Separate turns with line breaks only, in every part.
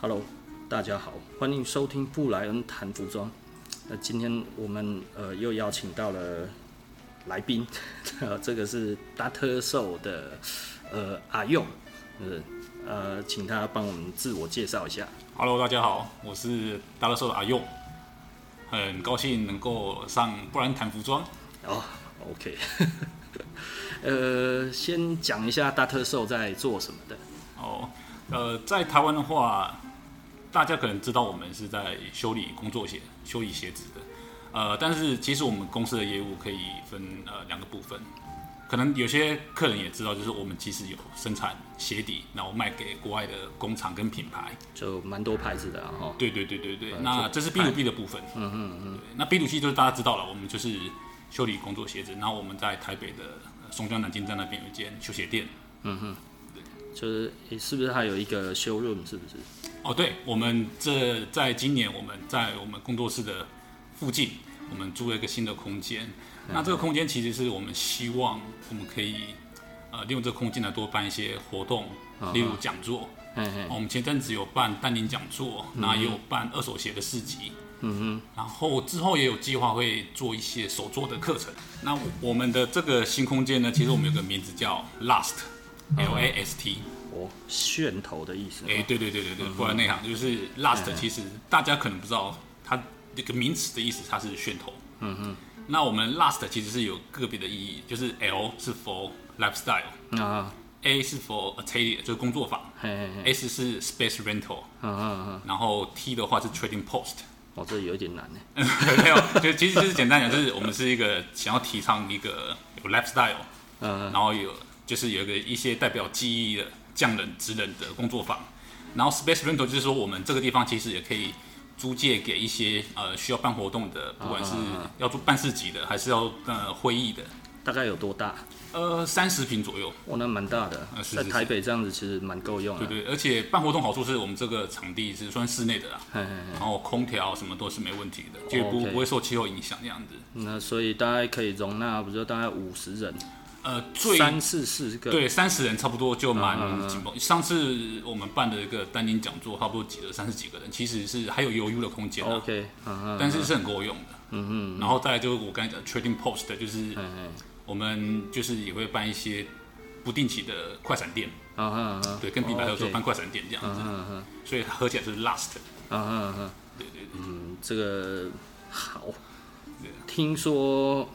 Hello，大家好，欢迎收听布莱恩谈服装。那今天我们呃又邀请到了来宾， 呃，这个是达特兽的呃阿用，呃呃，请他帮我们自我介绍一下。
Hello，大家好，我是大乐社的阿用，很高兴能够上布兰谈服装。
哦，OK，呃，先讲一下大特兽在做什么的。
哦，呃，在台湾的话，大家可能知道我们是在修理工作鞋、修理鞋子的。呃，但是其实我们公司的业务可以分呃两个部分，可能有些客人也知道，就是我们其实有生产鞋底，然后卖给国外的工厂跟品牌。
就蛮多牌子的哈、哦，
对对对对对，那这是 B to B 的部分。呃嗯嗯嗯。那 B to C 就是大家知道了，我们就是修理工作鞋子，然后我们在台北的呃松江南京站那边有一间修鞋店。
就是诶是不是还有一个 showroom？是不是？
哦，对，我们这在今年我们在我们工作室的附近，我们租了一个新的空间。那这个空间其实是我们希望我们可以呃利用这个空间来多办一些活动，例如讲座。
嘿嘿
哦，我们前阵子有办丹宁讲座，那也有办二手鞋的市集。嗯哼，然后之后也有计划会做一些手作的课程。那我们的这个新空间呢，其实我们有个名字叫 Last，L A S T。
哦，噱头的意思。
哎、对对对对对，不然那行就是 last，其实大家可能不知道它这个名词的意思，它是噱头。嗯哼。那我们 last 其实是有个别的意义，就是 L 是 for lifestyle，A
啊，
是 for atelier，就是工作坊
嘿嘿嘿，
，S 是 space rental，
嗯嗯嗯，
然后 T 的话是 trading post。
哦，这有一点难呢。
没有，就其实就是简单讲，就是我们是一个想要提倡一个有 lifestyle，
嗯
然后有就是有一个一些代表技艺的匠人、职人的工作坊，然后 space rental 就是说我们这个地方其实也可以租借给一些呃需要办活动
嗯
的，不管是要做办事集的，还是要呃会议的，
大概有多大？
呃三十平左右，
哦，那蛮大的，
啊是
在
是
台北这样子其实蛮够用的。
对对，而且办活动好处是我们这个场地是算室内的啦，
嘿嘿嘿
然后空调什么都是没问题的，就不
哦 OK
不会受气候影响那样子，
那所以大概可以容纳，比如说大概五十人，
呃最
三嗯四四个。，
对，三十人差不多就蛮紧绷。上次我们办的一个丹宁讲座，差不多挤了三十几个人，其实是还有犹豫的空间、啊，
OK，嗯嗯，
但是是很够用的。嗯嗯。然后再来就是我刚才讲的 trading post，就是我们就是也会办一些不定期的快闪店，
嗯嗯嗯，
对，跟品牌合作
哦，OK
办快闪店这样子，
嗯嗯
所以合起来就是 last。
嗯嗯嗯
对对对，
嗯，这个好。听说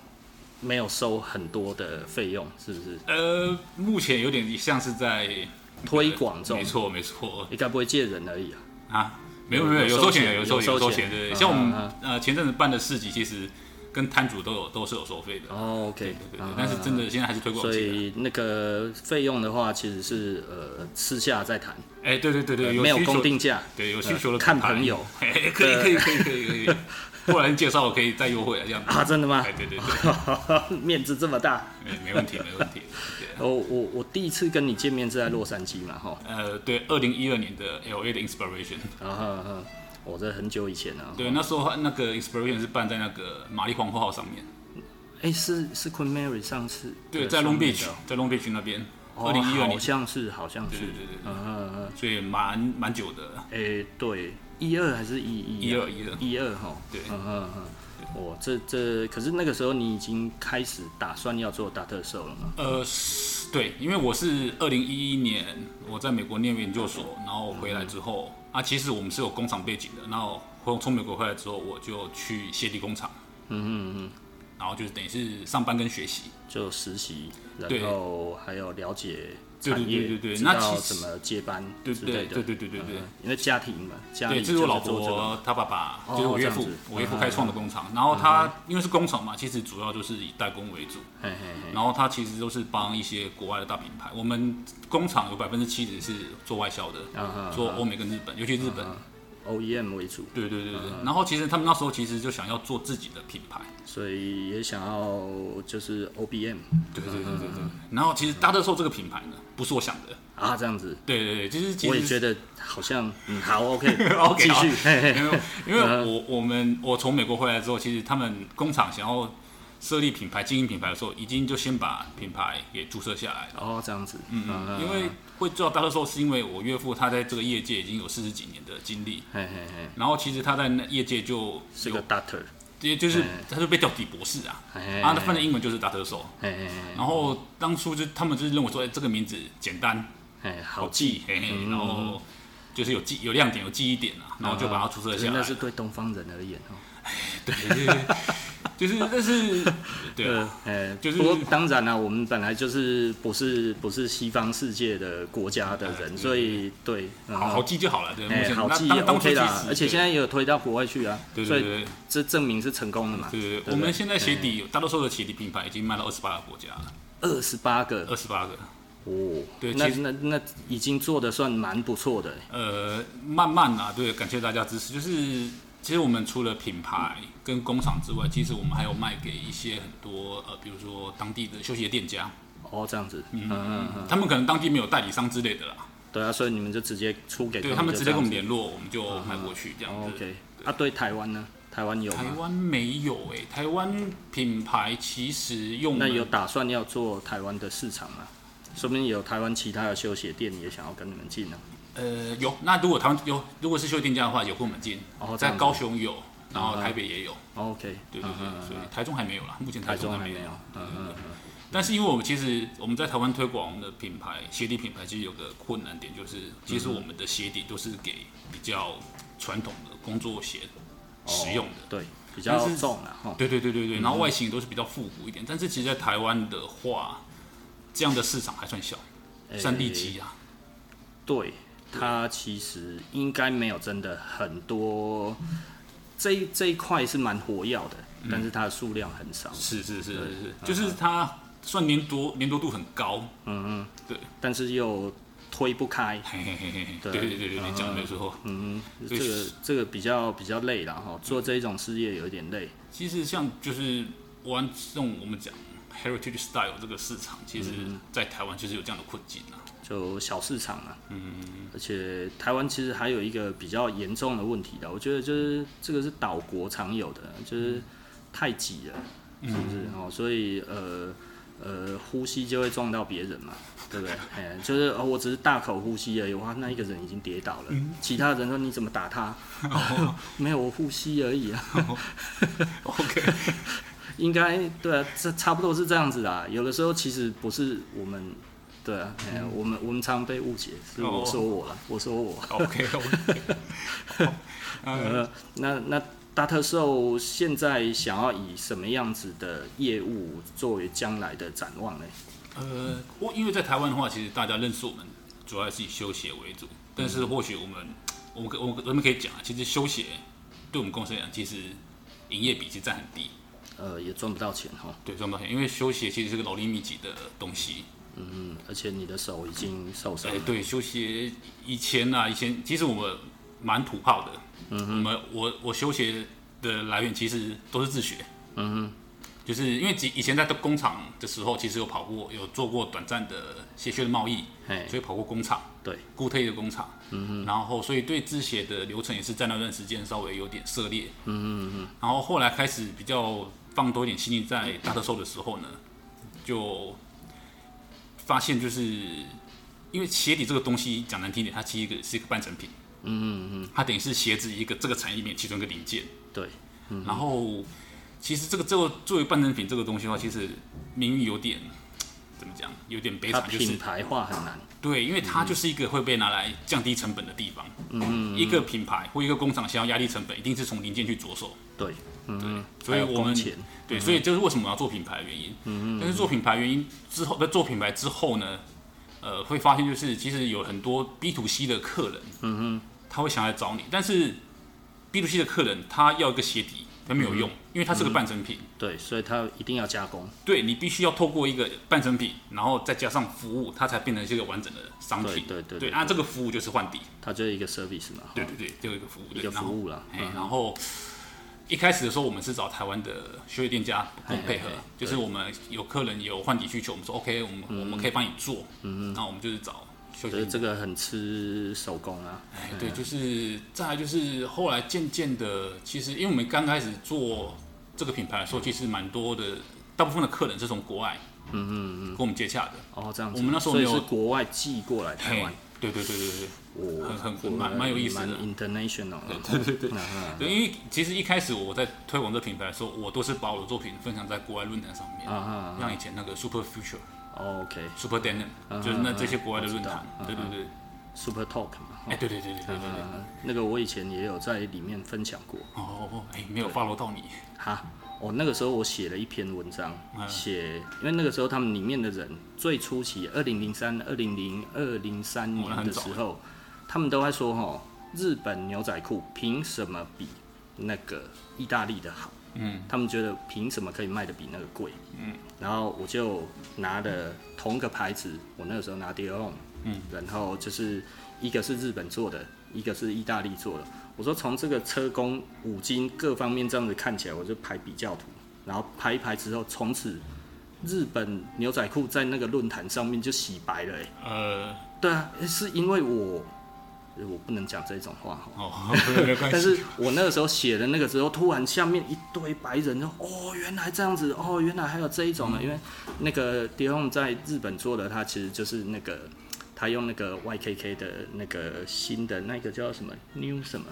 没有收很多的费用，是不是？
呃，目前有点像是在
推广中
没，错没错
应该不会借人而已啊。
啊，没有没有，
有
有
收
收钱
钱
有
有
收
收
有收
钱
钱，对，
嗯
对像我
嗯
们呃前阵子办的市集，其实跟摊主都有都是有收费的，
哦，OK，
对对
嗯
对对
嗯，
但是真的现在还是推广
所
起来，
以那个费用的话，其实是呃私下再谈，
哎，对对对对，
呃没有
需求
公定价。
对有需求的
看
品牌
朋 友，
嘿嘿可以可以可以可以 可以，不然介绍我可以再优惠啊这样子，
啊，真的吗
哎？对对 对，
面子这么大。
没没问题没问题，对啊
我我我第一次跟你见面是在洛杉矶嘛，哈，
呃对，二零一二年的 L A 的 Inspiration，
然后呃我这很久以前啊，
对，那时候那个 Inspiration 是办在那个玛丽皇后号上面，
哎，是是 Queen Mary 上次
对，
的
在
上
Long
面
Beach
的哦
在 Long Beach 那边，
哦
二零一二
好
年，
像是好像
对
是
对，对对。
嗯嗯嗯，
所以蛮蛮久的。
哎，对，一二还是一一啊
12 12
一二哈，
对
嗯嗯嗯，我这这可是那个时候你已经开始打算要做达特兽了吗？
呃，是对，因为我是二零一一年我在美国念研究所，然后回来之后、
嗯
啊，其实我们是有工厂背景的。然后从从美国回来之后，我就去鞋底工厂，嗯嗯嗯，然后就是等于是上班跟学习。
就实习，然
对
后还有了解
对
产业，
对对对对
知
那
道
其
怎
实
么接班
对
之类
对
的，嗯
对对对对对。
因为家庭嘛，家里
对，这
就是
我老
做这个
婆她爸爸，
哦
就是我岳
这样
父
子，
我岳父开创的工厂。然后
嗯
他因为是工厂嘛，其实主要就是以代工为主。
嘿嘿嘿，
然后他其实都是帮一些国外的大品牌，我们工厂有百分之七十是做外销的，
啊
做欧美跟日本，尤其日本。
，OEM 为主，
对对对对。然后其实他们那时候其实就想要做自己的品牌。
所以也想要就是 OBM
对对对对对。嗯然后其实大特兽这个品牌呢，不是我想的。
啊，这样子，
对对对，就是其
我
实
也觉得好像嗯好 OK
OK，
继
好
续，嘿嘿，
因为因为我我们我从美国回来之后，其实他们工厂想要设立品牌、经营品牌的时候，已经就先把品牌给注册下来了。
哦，这样子，嗯嗯
因为会知道大特兽，是因为我岳父他在这个业界已经有四十几年的经历，
嘿嘿嘿，
然后其实他在那业界就是有
个 doctor，
也就是他就被叫底博士啊，
哎
啊，他翻的英文就是大特兽。
嘿嘿嘿
然后当初就他们就是认为说，哎、这个名字简单
嘿，
好
好
记，嘿嘿，然后就是有记有亮点有记忆点啊，然后就把它注册
可
下
是
来
那。是对东方人而言哦。
对，就是就是但是对啊，
呃，
就是
不过当然啦、我们本来就是不是不是西方世界的国家的人，所以对，嗯
哎好好记就好了。对，目
哎，
前
好
那
记也
当当初
OK
其
啦
实，
而且
对
现在也有推到国外去啊，
对
所
对
以
对
这证明是成功的嘛。
对对
不
对，我们现在鞋底大多数的鞋底品牌已经卖到二十八个国家了，
二十八个
二十八个。
哦，
对
那
其实
那那已经做的算蛮不错的，
呃，慢慢啊，对，感谢大家支持。就是其实我们除了品牌跟工厂之外，其实我们还有卖给一些很多呃，比如说当地的休息的店家，
哦，这样子，嗯嗯嗯，
他们可能当地没有代理商之类的啦，
对啊，所以你们就直接出给
对
他
他们直接跟我们
就
联络，我们就卖过去
这
这
样
样
哦
子。
，OK，啊，对台湾呢，台湾有
台
吗？
湾没有诶、台湾品牌其实用
那有打算要做台湾的市场吗？说不定有台湾其他的休鞋店也想要跟你们进呢、
呃有，那如果台湾有，如果是修店家的话，有跟我们进，
哦这
在
样子
高雄有，然后
嗯
台北也有，
OK，
对对
嗯
对，所以台中还没有啦，目前
台
台
中
中
还
还
没
没有
有。，嗯嗯
但是因为我们其实我们在台湾推广我们的品牌鞋底品牌，其实有个困难点就是，其实我们的鞋底都是给比较传统的工作鞋使用的。
哦对，比较
但是
重啊哦了哈。
对对对对对，然后外形也都是比较复古一点，但是其实，在台湾的话，这样的市场还算小，
诶
三 D 机啊，
对，它其实应该没有真的很多，这一这一块是蛮活跃的，但是它的数量很少。
是是是是是，就是它算粘着粘着度很高，
但是又推不开，
嘿嘿嘿嘿嘿，
对
对对对对，你讲的没错。
嗯，这
对
个这个比较比较累了哈，做这一种事业有一点累。
其实像就是玩这种我们讲 heritage style 这个市场，其实
嗯
在台湾就是有这样的困境啊。
就小市场啊。嗯，而且台湾其实还有一个比较严重的问题的，我觉得就是这个是岛国常有的，就是太挤了，是不
嗯
是？哦，所以呃呃，呼吸就会撞到别人嘛，对 不对？哎，就是、哦、我只是大口呼吸而已，哇，那一个人已经跌倒了，
嗯
其他人说你怎么打他？
哦
没有，我呼吸而已啊。
OK，
应该对啊，这差不多是这样子啊。有的时候其实不是我们，对啊，哎、我们我们常被误解，是
哦
我说我了，我说我。
OK OK，哦
呃，那那大特兽现在想要以什么样子的业务作为将来的展望呢？
呃，我因为在台湾的话，其实大家认识我们主要是以休闲为主，但是或许我们我们可我们我们可以讲啊，其实休闲对我们公司来讲，其实营业比其实占很低，
呃，也赚不到钱哈，
对赚不到钱，因为休闲其实是个劳力密集的东西。
嗯，而且你的手已经受伤
哎，
了，
对，休息以前啊，以前其实我们蛮土炮的，嗯、我们我我休息的来源其实都是自学，嗯就是因为以以前在工厂的时候，其实有跑过，有做过短暂的鞋靴的贸易，
哎，
所以跑过工厂，
对，
固特异的工厂，嗯然后所以对制鞋的流程也是在那段时间稍微有点涉猎，嗯嗯然后后来开始比较放多一点心力在大特售的时候呢，就发现就是因为鞋底这个东西讲难听点，它其实一个是一个半成品，嗯嗯嗯，它等于是鞋子一个这个产业里面其中一个零件，
对，
然后其实这个作作为半成品这个东西的话，其实名誉有点怎么讲，有点悲
它
惨，就是
品牌化很难，
对，因为它
嗯
就是一个会被拿来降低成本的地方。嗯，一个品牌或一个工厂想要压低成本，一定是从零件去着手。
对，嗯，
所以
还有
我们
工钱嗯
对，所以这是为什么要做品牌的原因。嗯，但是做品牌原因之后，在做品牌之后呢，呃，会发现就是其实有很多 B to C 的客人，嗯他会想来找你，但是 B to C 的客人他要一个鞋底，他
嗯
没有用，因为它是个半成品。
对，所以它一定要加工，
对你必须要透过一个半成品，然后再加上服务，它才变成一个完整的商品。
对对对对
对，啊，这个服务就是换底。
它就是一个 service 嘛，
对对对，就有一个服务，
一
对
个
然后
服务啦
哎
嗯
然后一开始的时候，我们是找台湾的休息店家跟我们配合
哎哎哎，
就是我们有客人有换底需求，我们说 OK，我们我们可以帮你做，嗯，那我们就是找休
所
息
以
店
这
家。
个很吃手工啊，
哎，对，就是再来就是后来渐渐的，其实因为我们刚开始做这个品牌的时候，其实蛮多的大部分的客人是从国外，嗯嗯嗯，跟我们接洽的。
哦，这样子。
我们那时候
所以
没有
是国外寄过来台湾
嘿，对对对对对
哦
很很很蛮蛮有意思的
蛮 international 的。
对对对对对，因为其实一开始我在推广这品牌的时候，我都是把我的作品分享在国外论坛上面，
啊啊
像以前那个 Super Future、
，OK，Super
Super Denim，、就是那这些国外的论坛，
啊我知
对
道啊
对对，
Talk 嘛。
哎、对对对对对对对，
呃，那个我以前也有在里面分享过。
哦哦，哎、没有 follow 到你，
哈，哦，那个时候我写了一篇文章，
嗯
写，因为那个时候他们里面的人最初期，二零零三、二零零二、零三
哦那
年
很
的
早
时候，他们都在说，哈，日本牛仔裤凭什么比那个意大利的好？
嗯，
他们觉得凭什么可以卖的比那个贵？嗯，然后我就拿了同个牌子，我那个时候拿 d i o n
嗯，
然后就是一个是日本做的，一个是意大利做的。我说从这个车工、五金各方面这样子看起来，我就排比较图，然后排一排之后，从此日本牛仔裤在那个论坛上面就洗白了、欸。
呃，
对啊，是因为我呃我不能讲这种话哈。
哦， 没有关系，
但是我那个时候写的那个时候，突然下面一堆白人就哦，原来这样子，哦，原来还有这一种的，因为那个 d i o n 在日本做的，它其实就是那个他用那个 YKK 的那个新的那个叫什么 New 什么。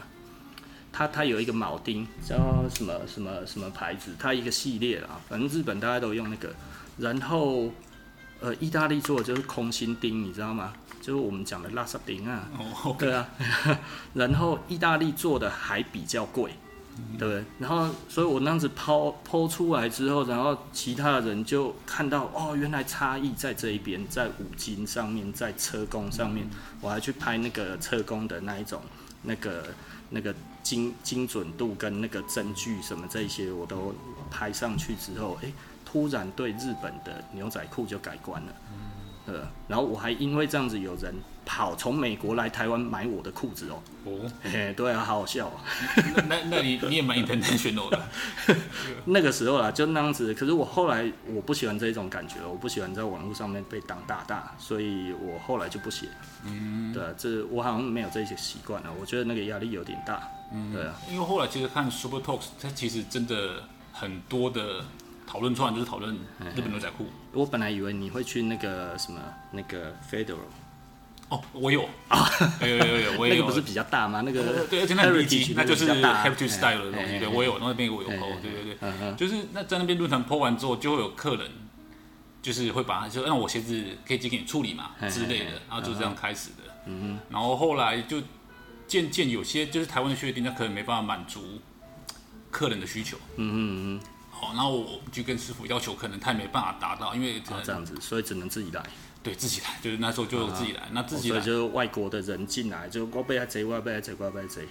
它它有一个铆钉，叫什么什么什么牌子，它一个系列啦，反正日本大家都用那个。然后，呃，意大利做的就是空心钉，你知道吗？就是我们讲的拉萨钉啊。
哦，
对啊， 然后意大利做的还比较贵，对不对？然后，所以我那样子抛抛出来之后，然后其他的人就看到哦，原来差异在这一边，在五金上面，在车工上面，我还去拍那个车工的那一种那个那个精精准度跟那个针距什么这一些，我都拍上去之后，哎，突然对日本的牛仔裤就改观了。呃，然后我还因为这样子有人跑从美国来台湾买我的裤子哦，
哦，
嘿，对啊，好好笑、哦。
那那那你你也蛮 international 的，
那个时候啦，就那样子。可是我后来我不喜欢这一种感觉，我不喜欢在网络上面被当大大，所以我后来就不写了。嗯，对啊，这我好像没有这些习惯了，啊我觉得那个压力有点大。嗯，对啊，
因为后来其实看 Super Talks，它其实真的很多的讨论串就是讨论日本牛仔裤。
我本来以为你会去那个什么那个 Federal，
哦，我有啊，有有有有，我也
哎那个
有。
不是比较大吗？那个
对，而且那很低
Heritage
级，那就是
比较大
heritage style 的东
哎
西。对
哎嗯
我有，那边我有 PO，对对对，就是那在那边论坛 PO 完之后，就会有客人，就是会把它就哎让我鞋子可以寄给你处理嘛
哎
之类
哎
的，然后就这样开始的。嗯然后后来就渐渐有些就是台湾的靴店，它可能没办法满足客人的需求。嗯嗯嗯。好，然后我就跟师傅要求，可能他也没办法达到，因为可
哦这
能
样子，所以只能自己来。
对自己来，就是那时候就自己来，那自己
啊哦所
来
以就是外国的人进来就我被他贼，我被他贼，我被他贼。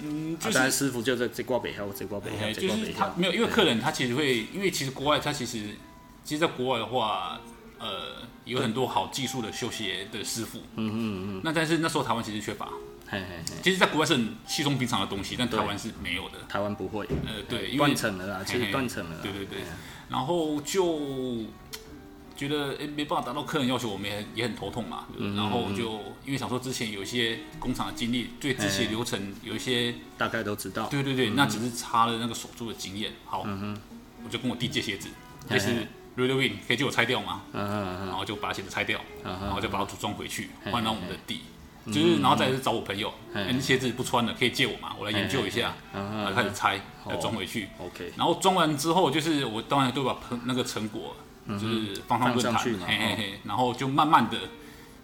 嗯
啊
就，
当
是
然师傅就在这挂北后，这挂北后，
哎，
这
就
挂
是
北
他
后。
没有，因为客人他其实会，因为其实国外他其实，其实，在国外的话，呃，有很多好技术的绣鞋的师傅，嗯嗯嗯。那但是那时候台湾其实缺乏，
嘿嘿嘿，
其实，在国外是很稀松平常的东西，但台湾是没有的。
台湾不会。
呃，对，因为
断层了啦，其
嘿
实
嘿
断层了哎啦。
对对对，然后就觉得哎、诶没办法达到客人要求，我们也很也很头痛嘛。
嗯
对然后就因为想说之前有一些工厂的经历，对这
哎
些流程有一些
大概都知道。
对对对，那只是差了那个手术的经验。好，我就跟我弟借鞋子，
嗯嘿
就是 r e d Win 可以借我拆掉吗？
嗯嗯
然后就把鞋子拆掉，
嗯
然后就把它组装回去，换到我们的弟。就是，
嗯
然后再来是找我朋友，
嘿
哎，你鞋子不穿了，可以借我吗？我来研究一下，
嗯嗯
然后开始拆，再装回去。
嗯，OK。
然后装完之后，就是我当然都把喷那个成果，就是放上论
嗯放上
坛
去嘛，哦
嘿嘿嘿，然后就慢慢的，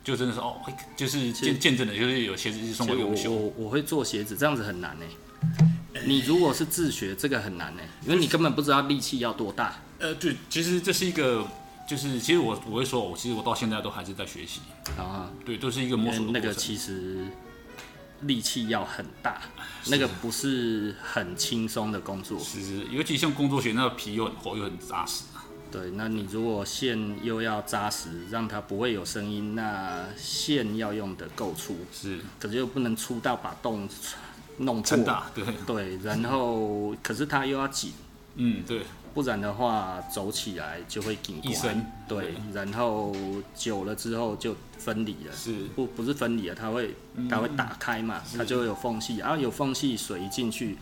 就真的是哦，嘿就是见见证了，就是有鞋子是送
所
我哎
以我
用修，
我我会做鞋子，这样子很难呢。你如果是自学，这个很难呢，因为你根本不知道力气要多大。
呃，对，其实这是一个，就是其实我我会说，我其实我到现在都还是在学习，
然后
对，都是一个摸索
嗯
的
啊那
过
个
程。
其实力气要很大，那个不是很轻松的工作。
其实，尤其像工作鞋，那个皮又很厚又很扎实，
对，那你如果线又要扎实，让它不会有声音，那线要用的够粗，
是
可是又不能粗到把洞弄破
撑。大，对，
对，然后可是它又要紧，
嗯，对，
不然的话走起来就会紧
一
关
身。
对，然后久了之后就分离了，
是嗯
不不是分离了，啊它会它会打开嘛，它就会有缝隙，然后有缝隙水一进去，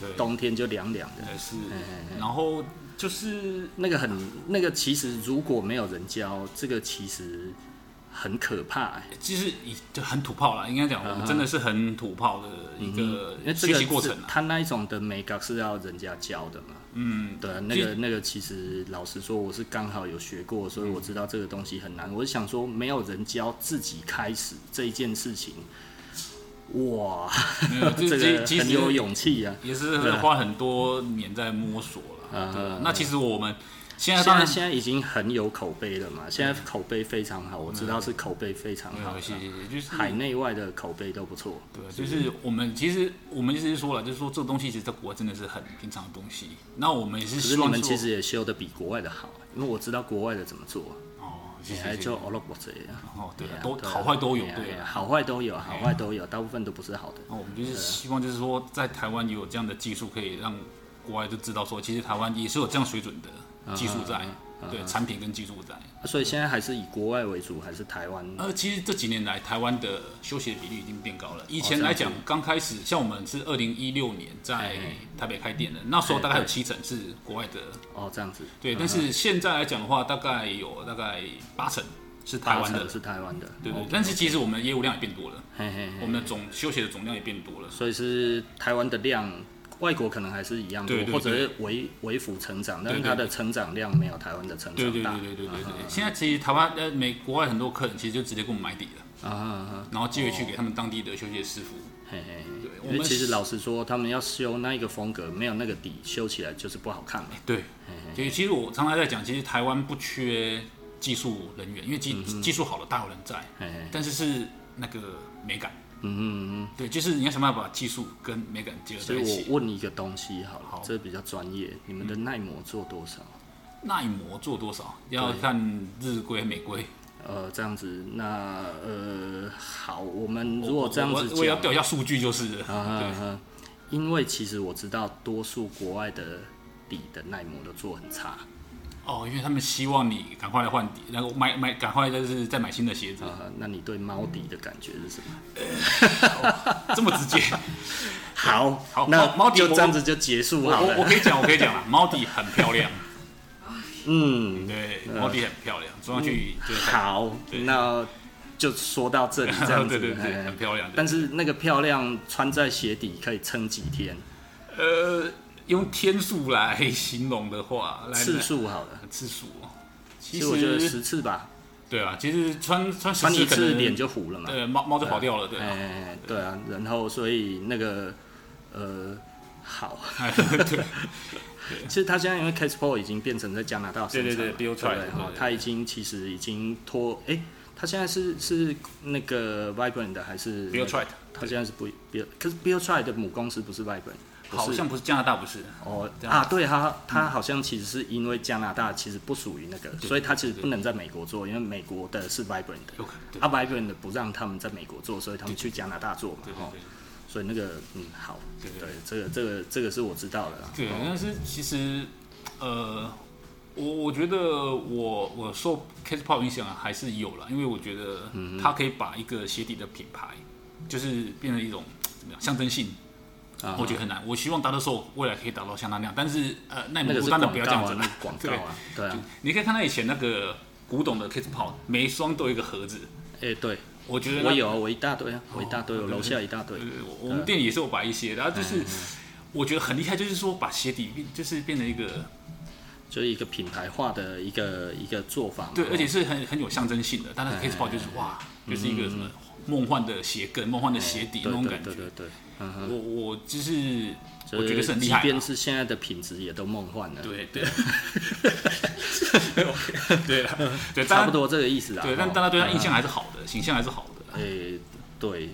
对，
冬天就凉凉的。
呃是，
嗯
然后就是
那个很那个其实如果没有人教，这个其实很可怕、欸。
其实以就很土炮啦，应该讲我们真的是很土炮的一个
嗯因为这
学
个
习过程
是
啊。
他那一种的美感是要人家教的嘛。嗯，对啊，那
其
个那个其实老实说，我是刚好有学过，所以我知道这个东西很难。我是想说，没有人教自己开始这一件事情，哇，
没有，
这
这
个
这其
很
实
有勇气啊。嗯
也是花很多年在摸索了。对啊那其实我们现在
现
当
在
然
现在已经很有口碑了嘛，现在口碑非常好，我知道是口碑非常
没
好
有，
的，
谢谢，谢谢就是
海内外的口碑都不错。
对，就是我们其实我们意思是说了，就是说这个东西其实在国外真的是很平常的东西。那我们也是
可是
希
你
望
们
说
其实也修的比国外的好，因为我知道国外的怎么做，
哦，谢
你
谢
还
谢谢
就欧了我这样。
哦，对啊，
啊
都
对啊
好坏都有，
啊
对
啊啊
啊。
好坏都有，好坏都有，大部分都不是好的。
那我们就是希望，就是说，在台湾也有这样的技术，可以让国外就知道说，其实台湾也是有这样水准的
嗯
技术在，对产品跟技术在。
啊所以现在还是以国外为主，还是台湾？
呃，其实这几年来，台湾的休息的比率已经变高了。
哦
以前来讲，刚开始像我们是二零一六年在台北开店的，那时候大概有七成是国外的，
哦，这样子，
对。但是现在来讲的话，大概有大概八成是台
八
湾的
成，是台湾的，
对对
哦。嗯
但是其实我们业务量也变多了，
嘿嘿
我
嘿。
们的总休息的总量也变多了。
所以是台湾的量，外国可能还是一样多
对，对
或者是微微幅成长，但是
对对
它的成长量没有台湾的成
对
长
对对
啊大。
对对对对，现在其实台湾呃美国外很多客人其实就直接给我们买底
啊
了，
啊啊！
然后接回去给他们当地的休息师傅。
嘿嘿
对
嘿。
我
因为
们
其实老实说，他们要修那一个风格，没有那个底，修起来就是不好看嘛。
对，
嗯
所以其实我常常在讲，其实台湾不缺技术人员，因为技技术好的大有人在，
嗯嘿嘿。
但是是那个美感。
嗯嗯嗯。
对，就是你要想办法把技术跟美感结合
所
在一
以
起。
我问你一个东西好
好
了，这比较专业，你们的耐磨做多少？
耐磨做多少，要看日规美规。
呃，这样子，那呃，好，我们如果这样
我
子
我也要
讲，
调一下数据就是了。
啊
对，
啊因为其实我知道多数国外的底的耐磨都做很差，
哦，因为他们希望你赶快来换底，然后买买赶快就是再买新的鞋子，
啊，那你对猫底的感觉是什么？
这么 直接。
好，
好
那
猫猫底
就
我
这样子就结束
我
好
我我
了。
可以讲，我可以 讲了，猫底很漂亮，
嗯，
对，猫底很漂亮，装上去就是看
好，那就说到这里这样 子，
对对对
哎
很漂亮
但是那个漂亮穿在鞋底可以撑几天？
呃，用天数来形容的话，来
次数好了，
来次数哦，其
哎其实我觉得
实
十次吧，
对啊，其实穿穿十
穿一
可
次
能
脸就糊了嘛。
对猫猫就跑掉了，对啊，
哎，对啊，然后所以那个呃， 好，
哎对
其实他现在因为 c a s p o 已经变成在加拿大生产了
对对对
对不
，Bill Tribe，
对哈
对对
他已经其实已经脱哎，他现在是是那个 Vibrant 的还是
Bill Tribe，
他现在是不 Bill，可是 Bill Tribe 的母公司不是 Vibrant，不
好
是
像不是加拿大，不是，
哦
这样
啊，对他他好像其实是因为加拿大其实不属于那个，所以他其实
对
不能在美国做，因为美国的是 Vibrant 的。
有可能对
啊，Vibrant 的不让他们在美国做，所以他们去加拿大做嘛，
对
哈
对。对。
所以那个嗯好，
对对
对这个这个这个是我知道的啦。
对，
哦
但是其实，呃，我我觉得我我受 K pop 影响还是有了，因为我觉得
嗯
它可以把一个鞋底的品牌，就是变成一种怎么样象征性。
啊
我觉得很难，我希望达到时候未来可以达到像它那样，但是呃，那你
那个是
当
广
然不要这
告
样
啊
子，
那
了
个。广告
对，
啊，对啊，
你可以看到以前那个古董的 K pop，每一双都有一个盒子，
哎对，
我觉得那哦
我有啊我一大堆啊，我一大堆，我楼下一大堆
对，对，我我们店里也是有摆一些，然后
嗯
就是我觉得很厉害，就是说把鞋底变就是变成一个
就是一个品牌化的一个一个做法嘛。
对，
哦哎
而且是很很有象征性的。但是 Kiss Ball 就是哇，就是一个什么梦幻的鞋跟、梦幻的鞋底
嗯哎对
那种
对
感觉
对。对对，
我我就是
就
我觉得是很厉
即
害
便
啊。
是现在的品质也都梦幻了，
对 对，对啦对，
差不
多。
多这个意思啊。
对，
哦嗯
但大家对他印象还是好的，形象还是好的啦。
诶，对，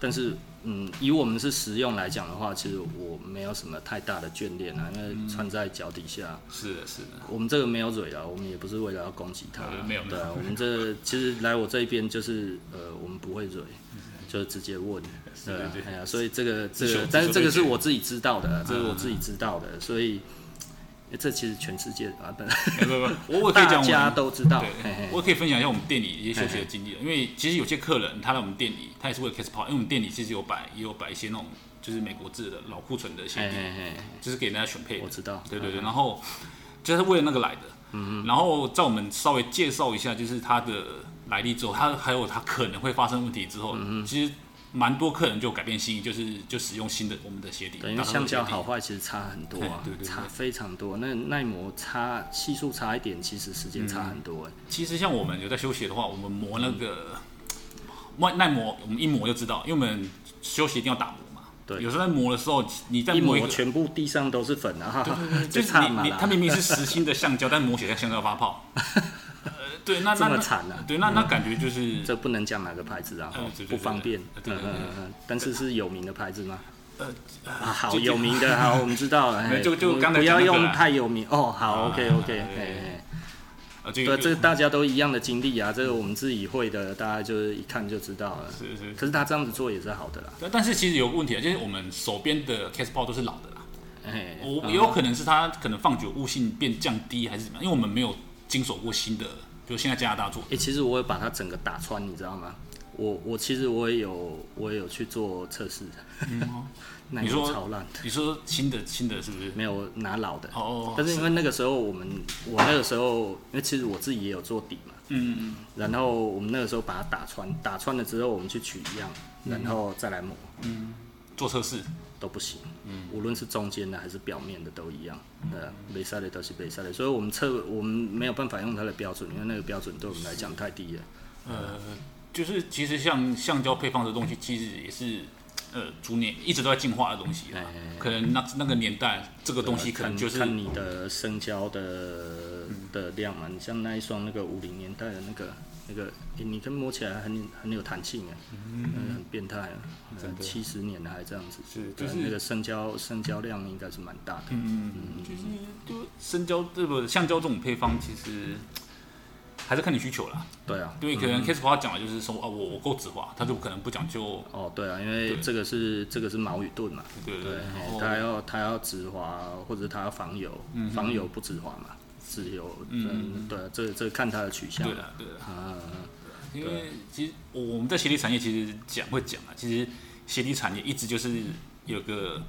但是嗯，以我们是实用来讲的话，其实我没有什么太大的眷恋啊，因
嗯
为穿在脚底下，
是的，是 的，
我们这个没有蕊啊，我们也不是为了要攻击他
呃，没有
对啊， 我们这其实来我这一边就是呃，我们不会蕊。就直接问，对啊
嗯对对
哎呀，所以这个这
自
个
首，
但是这个是
自首对决
我自己知道的啊，这是我自己知道的，所以诶这其实全世界啊，但
不不不，我我可以
大
讲我
家
们
都知道。嘿
对，
嘿
我也可以分享一下我们店里一些休息的经历了，因为其实有些客人他来我们店里，他也是为了 case p o 因为我们店里其实有摆也有摆一些那种就是美国制的老库存的鞋
嘿
底，
嘿嘿，
就是给大家选配的
我。知道。
对对对，然后就是为了那个来的。嗯然后在我们稍微介绍一下，就是它的来历之后，它还有它可能会发生问题之后，
嗯
其实蛮多客人就改变心意，就是就使用新的我们的鞋底，
对，因
打
为橡
算的鞋
胶
底
好坏其实差很多啊，
哎对对对
差非常多。那耐磨差系数差一点，其实时间差很多、哎、
其实像我们有在休息的话，我们磨
嗯
那个耐耐磨，我们一磨就知道，因为我们休息一定要打磨嘛。
对
有时候在磨的时候，你在
欸一
磨一
磨
个，
全部地上都是粉啊，哈哈，
就
就是差
你
嘛
你它
啦。
明明是实心的橡胶，但磨起来像橡胶发 泡。呃，对，那那
这么
那
惨啊
对，那那感觉就是
这不能讲哪个牌子啊，
嗯
哈
对对对
不方便。
对对对
嗯嗯嗯，但是是有名的牌子吗？
呃
啊，好，
就就
有名 的，好，我们知道了。
没有
哎
就就
我们
刚才
不
讲
要
那个
用
啦
太有名哦。好
啊
，OK OK，
对
哎哎，
呃，这
对，
个
这个大家都一样的经历啊，这个我们自己会的，大家就是一看就知道了。
是是。
可是他这样子做也是好的啦，
但但是其实有个问题啊，就是我们手边的 case ball 都是老的啦，
哎，
我
嗯
也有可能是它可能放久物性变降低还是怎么样，因为我们没有经手过新的，就现在加拿大做的。
哎、其实我有把它整个打穿，你知道吗？我我其实我也有我也有去做测试， 那
嗯你
个
说
超烂的，
你说新的新的是不是？
没有我拿老的。
哦，
但是因为那个时候我们，我那个时候，因为其实我自己也有做底嘛，
嗯，
然后我们那个时候把它打穿，打穿了之后我们去取样，
嗯
然后再来磨，
做测试，
都不行，
嗯
无论是中间的还是表面的都一样，呃，北赛的都是北赛的，所以我们测我们没有办法用它的标准，因为那个标准对我们来讲太低了。
呃，就是其实像橡胶配方这东西，其实也是呃逐年一直都在进化的东西
哎
啦。可能那那个年代这个东西可能
看
就是
看你的生胶的的量嘛。你像那一双那个五零年代的那个那个，诶你跟摸起来很很有弹性哎，嗯，很变态啊，
真的
七十年了还这样子，
是
对啊
就是
那个生胶生胶量应该是蛮大的。
嗯，就是就生胶这个橡胶这种配方，其实还是看你需求啦。
对啊，
对，可能 Case 花讲的就是说啊，我我够直滑，他就可能不讲究，
哦对啊，因为
对
这个是这个是毛与盾嘛，
对不对？哦
对，
然
嘿
后
它要它要直滑，或者它要防油，
嗯
防油不直滑嘛，直油，嗯，对啊，这个这个看它的取向
对。了对了，
啊，
因为其实我我们在鞋底产业其实讲会讲啊，其实鞋底产业一直就是有个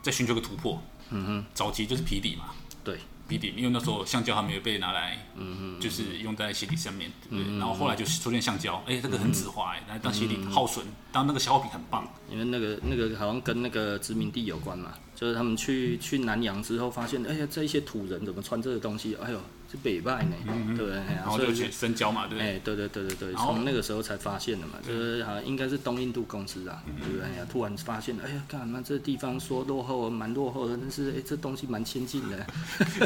在寻求个突破。嗯哼，早期就是皮底嘛，
对，
皮底，因为那时候橡胶还没有被拿来，嗯嗯，就是用在鞋底上面，对不对？然后后来就出现橡胶，哎、这个很止滑、哎，来当鞋底耗损，当那个消耗品很棒，
因为那个那个好像跟那个殖民地有关嘛，就是他们去去南洋之后发现，哎呀，这一些土人怎么穿这个东西？哎呦，这北拜呢，对不对？哎呀
嗯然后
所
就
以
去生胶嘛，对不对？
哎，对对对对对，
然后嗯
从那个时候才发现的嘛，就是好像应该是东印度公司啊，对不对？哎呀，突然发现，哎呀，干嘛这地方说落后啊蛮落后的，但是哎，这东西蛮先进的，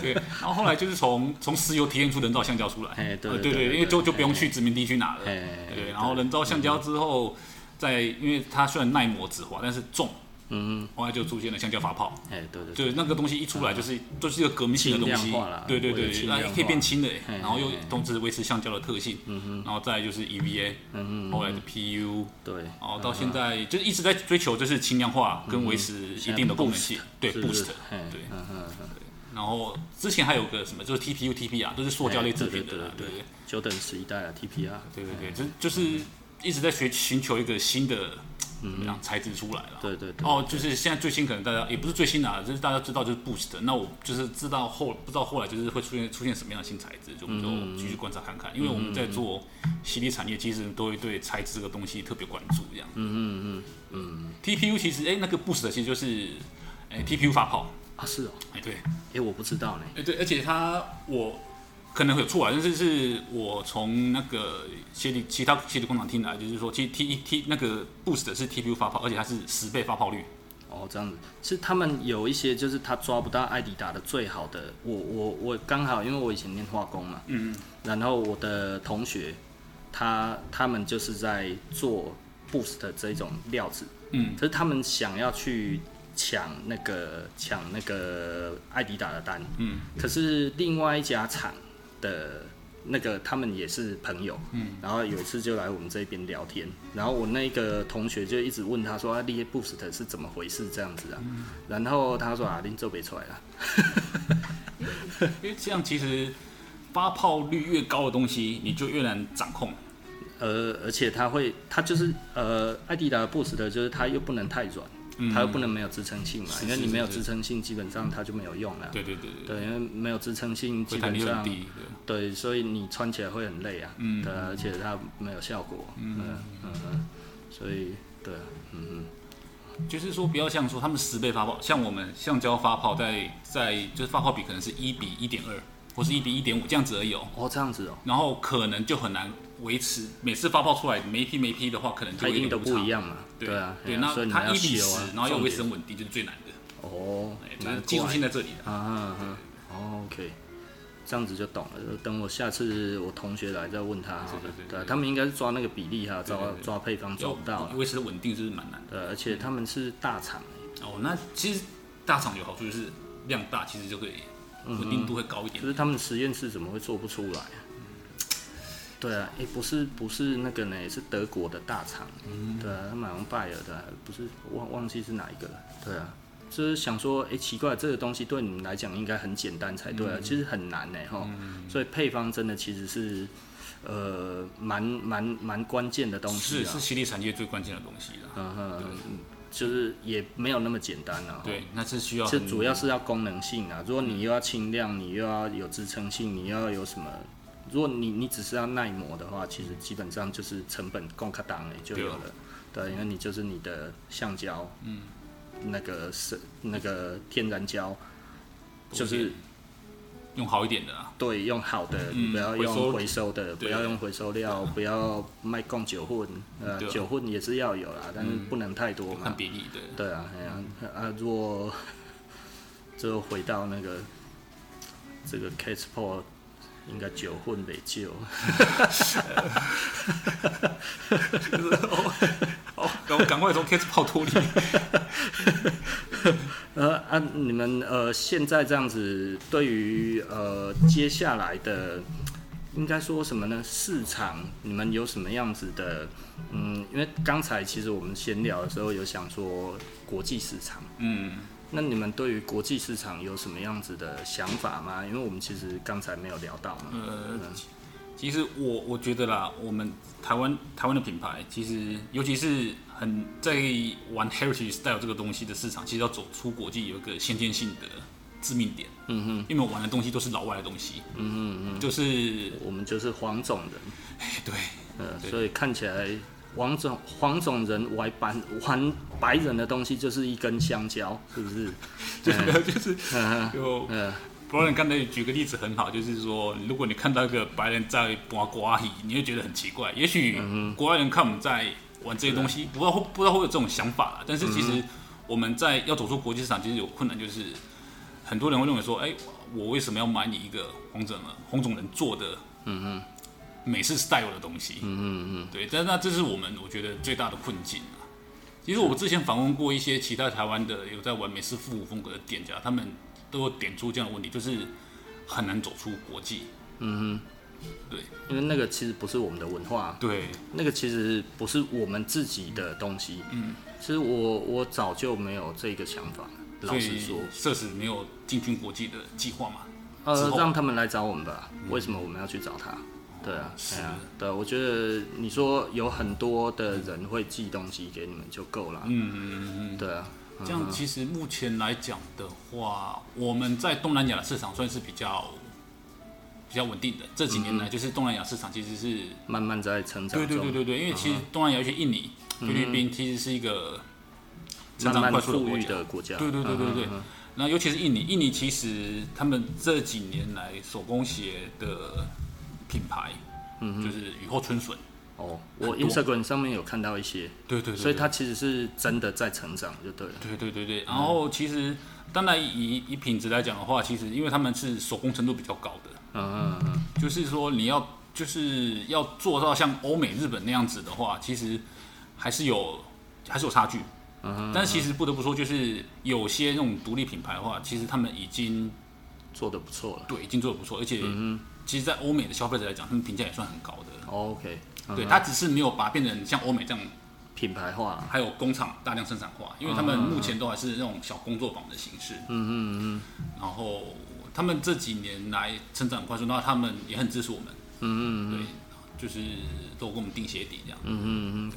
对，然后后来就是从从石油提炼出人造橡胶出来，
哎对
呃
对
对
对
因为就
对
就不用去殖民地去拿了，
哎嗯
对，然后人造橡胶之后，在因为它虽然耐磨止滑，但是重，嗯，后来就出现了橡胶发泡，
哎，对对对，
对，那个东西一出来就是就是一个革命性的东
啊轻
西
量化啦，
对对
我觉得
对，
轻
那
量化哎
也可以变轻的，
嘿
然后又
嘿嘿
同时维持橡胶的特性，
嗯
然后再来就是 EVA，后来的 PU，
对，
然后到现在就是一直在追求就是轻量化
嗯
跟维持一定的功能性，对
是不是
boost，
嘿
对。
嗯嗯嗯，
然后之前还有个什么，就是 TPU、TP 啊，都是塑胶类制品的啦，
哎对
对
对九等十一代啊，TPR，
对对对，就就是一直在学寻求一个新的怎么样材质出来了。
对对对，
哦，就是现在最新可能大家也不是最新的、啊，就是大家知道就是 Boost，那我就是知道后不知道后来就是会出现出现什么样的新材质，就我们就继续观察看看，因为我们在做洗涤产业，其实都会对材质这个东西特别关注这样。嗯嗯嗯嗯，TPU 其实哎、那个 Boost 其实就是哎、TPU 发泡，
啊是哦，
哎、对。
哎，我不知道呢。
哎、对，而且他我可能有错啊，但是是我从那个鞋底其他鞋底工厂听来，就是说，其实 T 一 T 那个 Boost 是 TPU 发泡，而且它是十倍发泡率。
哦，这样子，是他们有一些就是他抓不到艾迪达的最好的，我我我刚好因为我以前念化工嘛，嗯，然后我的同学他他们就是在做 Boost 这种料子，
嗯，
可是他们想要去抢那个抢那个艾迪达的单，
嗯，
可是另外一家厂的那个他们也是朋友，嗯，然后有一次就来我们这边聊天，然后我那个同学就一直问他说啊，那些 Boost 是怎么回事这样子啊，然后他说啊，恁做不出来啦，
因为这样其实发泡率越高的东西，你就越难掌控。
呃，而且它会，它就是呃，艾迪达的 Boost 就是它又不能太软，它又不能没有支撑性嘛，
嗯是
因为
是
你没有
是
支撑性，基本上它就没有用了。啊
对对对对，
对，因为没有支撑性，基
会弹
本
力很
上
低。对
对，所以你穿起来会很累啊。嗯，对啊，而且它没有效果。嗯嗯嗯，所以对啊，嗯嗯。
就是说不要像说他们十倍发泡，像我们橡胶发泡在在就是发泡比可能是一比一点二或是一比一点五这样子而已哦，
哦，这样子哦，
然后可能就很难维持，每次发泡出来每一批每一批的话，可能就
它
有
一定
点
都
误差
不一。样嘛。
对哎
啊，
对，
嘿啊
那
所以你们
它
要
一比
修
十
啊，，
然后又
重
维
点
持很稳定，就是最难的，
哦
哎，
难
那技术
怪
性在这里的。
啊啊啊哦，OK，这样子就懂了。等我下次我同学来再问他好了
对对对
对啊，他们应该是抓那个比例哈，抓
对对对
抓配方抓
要
不到了。
维持稳定就是蛮难的。
对，而且他们是大厂，
哦，那其实大厂有好处就是量大，其实就可以稳定度会高一点
就。是他们实验室怎么会做不出来啊？对啊，诶，不是不是那个呢，是德国的大厂，
嗯
对啊，他们好像拜耳的啊，不是忘忘记是哪一个了，对啊，就是想说，诶，奇怪，这个东西对你们来讲应该很简单才
嗯
对啊，其实很难呢，哈，所以配方真的其实是，呃，蛮蛮蛮关键的东
是
西啊
是，犀利产业最关键的东西啦。
嗯哼，就是也没有那么简单啊，
对，那是哦需要
这
很
主要是要功能性啊。如果你又要轻量，你又要有支撑性，你又要有什么？如果你你只是要耐磨的话，其实基本上就是成本供卡档也就有了。
哦
对，因为你就是你的橡胶，嗯，那个是那个天然胶，就是
用好一点的啊啦。
对用好的，
嗯
不要
回收
用回收的，不
对
要用回收料，不要卖供酒混，呃，
对啊嗯
酒混也是要有啦，但是不能太多嘛
看。比例，对，
对啊，哎呀、啊，如果最后回到那个这个 c a t s p o r t 应该久混没救，
哦，赶赶快从 case 泡脱离。
呃啊，你们呃现在这样子，对于呃接下来的嗯应该说什么呢？市场你们有什么样子的？嗯，因为刚才其实我们闲聊的时候有想说国际市场。
嗯，
那你们对于国际市场有什么样子的想法吗？因为我们其实刚才没有聊到嘛。
呃，其实我我觉得啦，我们台湾台湾的品牌，其实尤其是很在玩 heritage style 这个东西的市场，其实要走出国际有一个先天性的致命点。嗯哼，因为我玩的东西都是老外的东西。嗯哼嗯，就是
我们就是黄种人，
对，
呃，
对
所以看起来黄种黄种人玩白玩白人的东西就是一根香蕉，是不是？
就是没有就是
嗯
就
嗯，
不然刚才举个例子很好，就是说，如果你看到一个白人在刮刮戏，你会觉得很奇怪。也许
嗯
国外人看我们在玩这些东
啊
西，不知道会不知道会有这种想法啦。但是其
嗯
实我们在要走出国际市场，其实有困难，就是很多人会认为说，哎、我为什么要买你一个红种人红种人做的，嗯嗯，美式 style 的东西，嗯嗯嗯，对。但是那这是我们我觉得最大的困境啊。其实我之前访问过一些其他台湾的有在玩美式复古风格的店家，他们都有点出这样的问题，就是很难走出国际。嗯
因为那个其实不是我们的文化，
对
那个其实不是我们自己的东西。嗯，其实我我早就没有这个想法，
对，
老实说，
社死没有进军国际的计划嘛？之
呃，
后
让他们来找我们吧。为什么我们要去找他？对啊，
是
对啊，对啊，我觉得你说有很多的人会寄东西给你们就够了。嗯嗯嗯，对啊，
这样其实目前来讲的话，我们在东南亚的市场算是比较比较稳定的。这几年来，就是东南亚市场其实是
慢慢在成长
嗯对
中。
对对对对，因为其实东南亚，尤其印尼、菲律宾，其实是一个
慢
成长快
慢
速的
富
国
裕
家。
的国家。
对对对对对
嗯嗯嗯。
那尤其是印尼，印尼其实他们这几年来手工鞋的品牌，嗯，就是雨后春笋。
哦，我
很多
Instagram 上面有看到一些，
对对对，
所以它其实是真的在成长，就对了。
对对对对。
嗯
然后其实当然以以品质来讲的话，其实因为他们是手工程度比较高的，
嗯嗯嗯，
就是说你要就是要做到像欧美、日本那样子的话，其实还是有还是有差距。
嗯
但其实不得不说，就是有些那种独立品牌的话，其实他们已经
做的不错了。
对，已经做的不错，而且其实，在欧美的消费者来讲，他们评价也算很高的。
哦 OK，嗯
对，他只是没有把它变成像欧美这样，
品牌化了。
还有工厂大量生产化，因为他们目前都还是那种小工作坊的形式。嗯嗯嗯。然后他们这几年来成长很快速，那他们也很支持我们，
嗯嗯
对，就是都跟我们定鞋底这样。
嗯嗯嗯，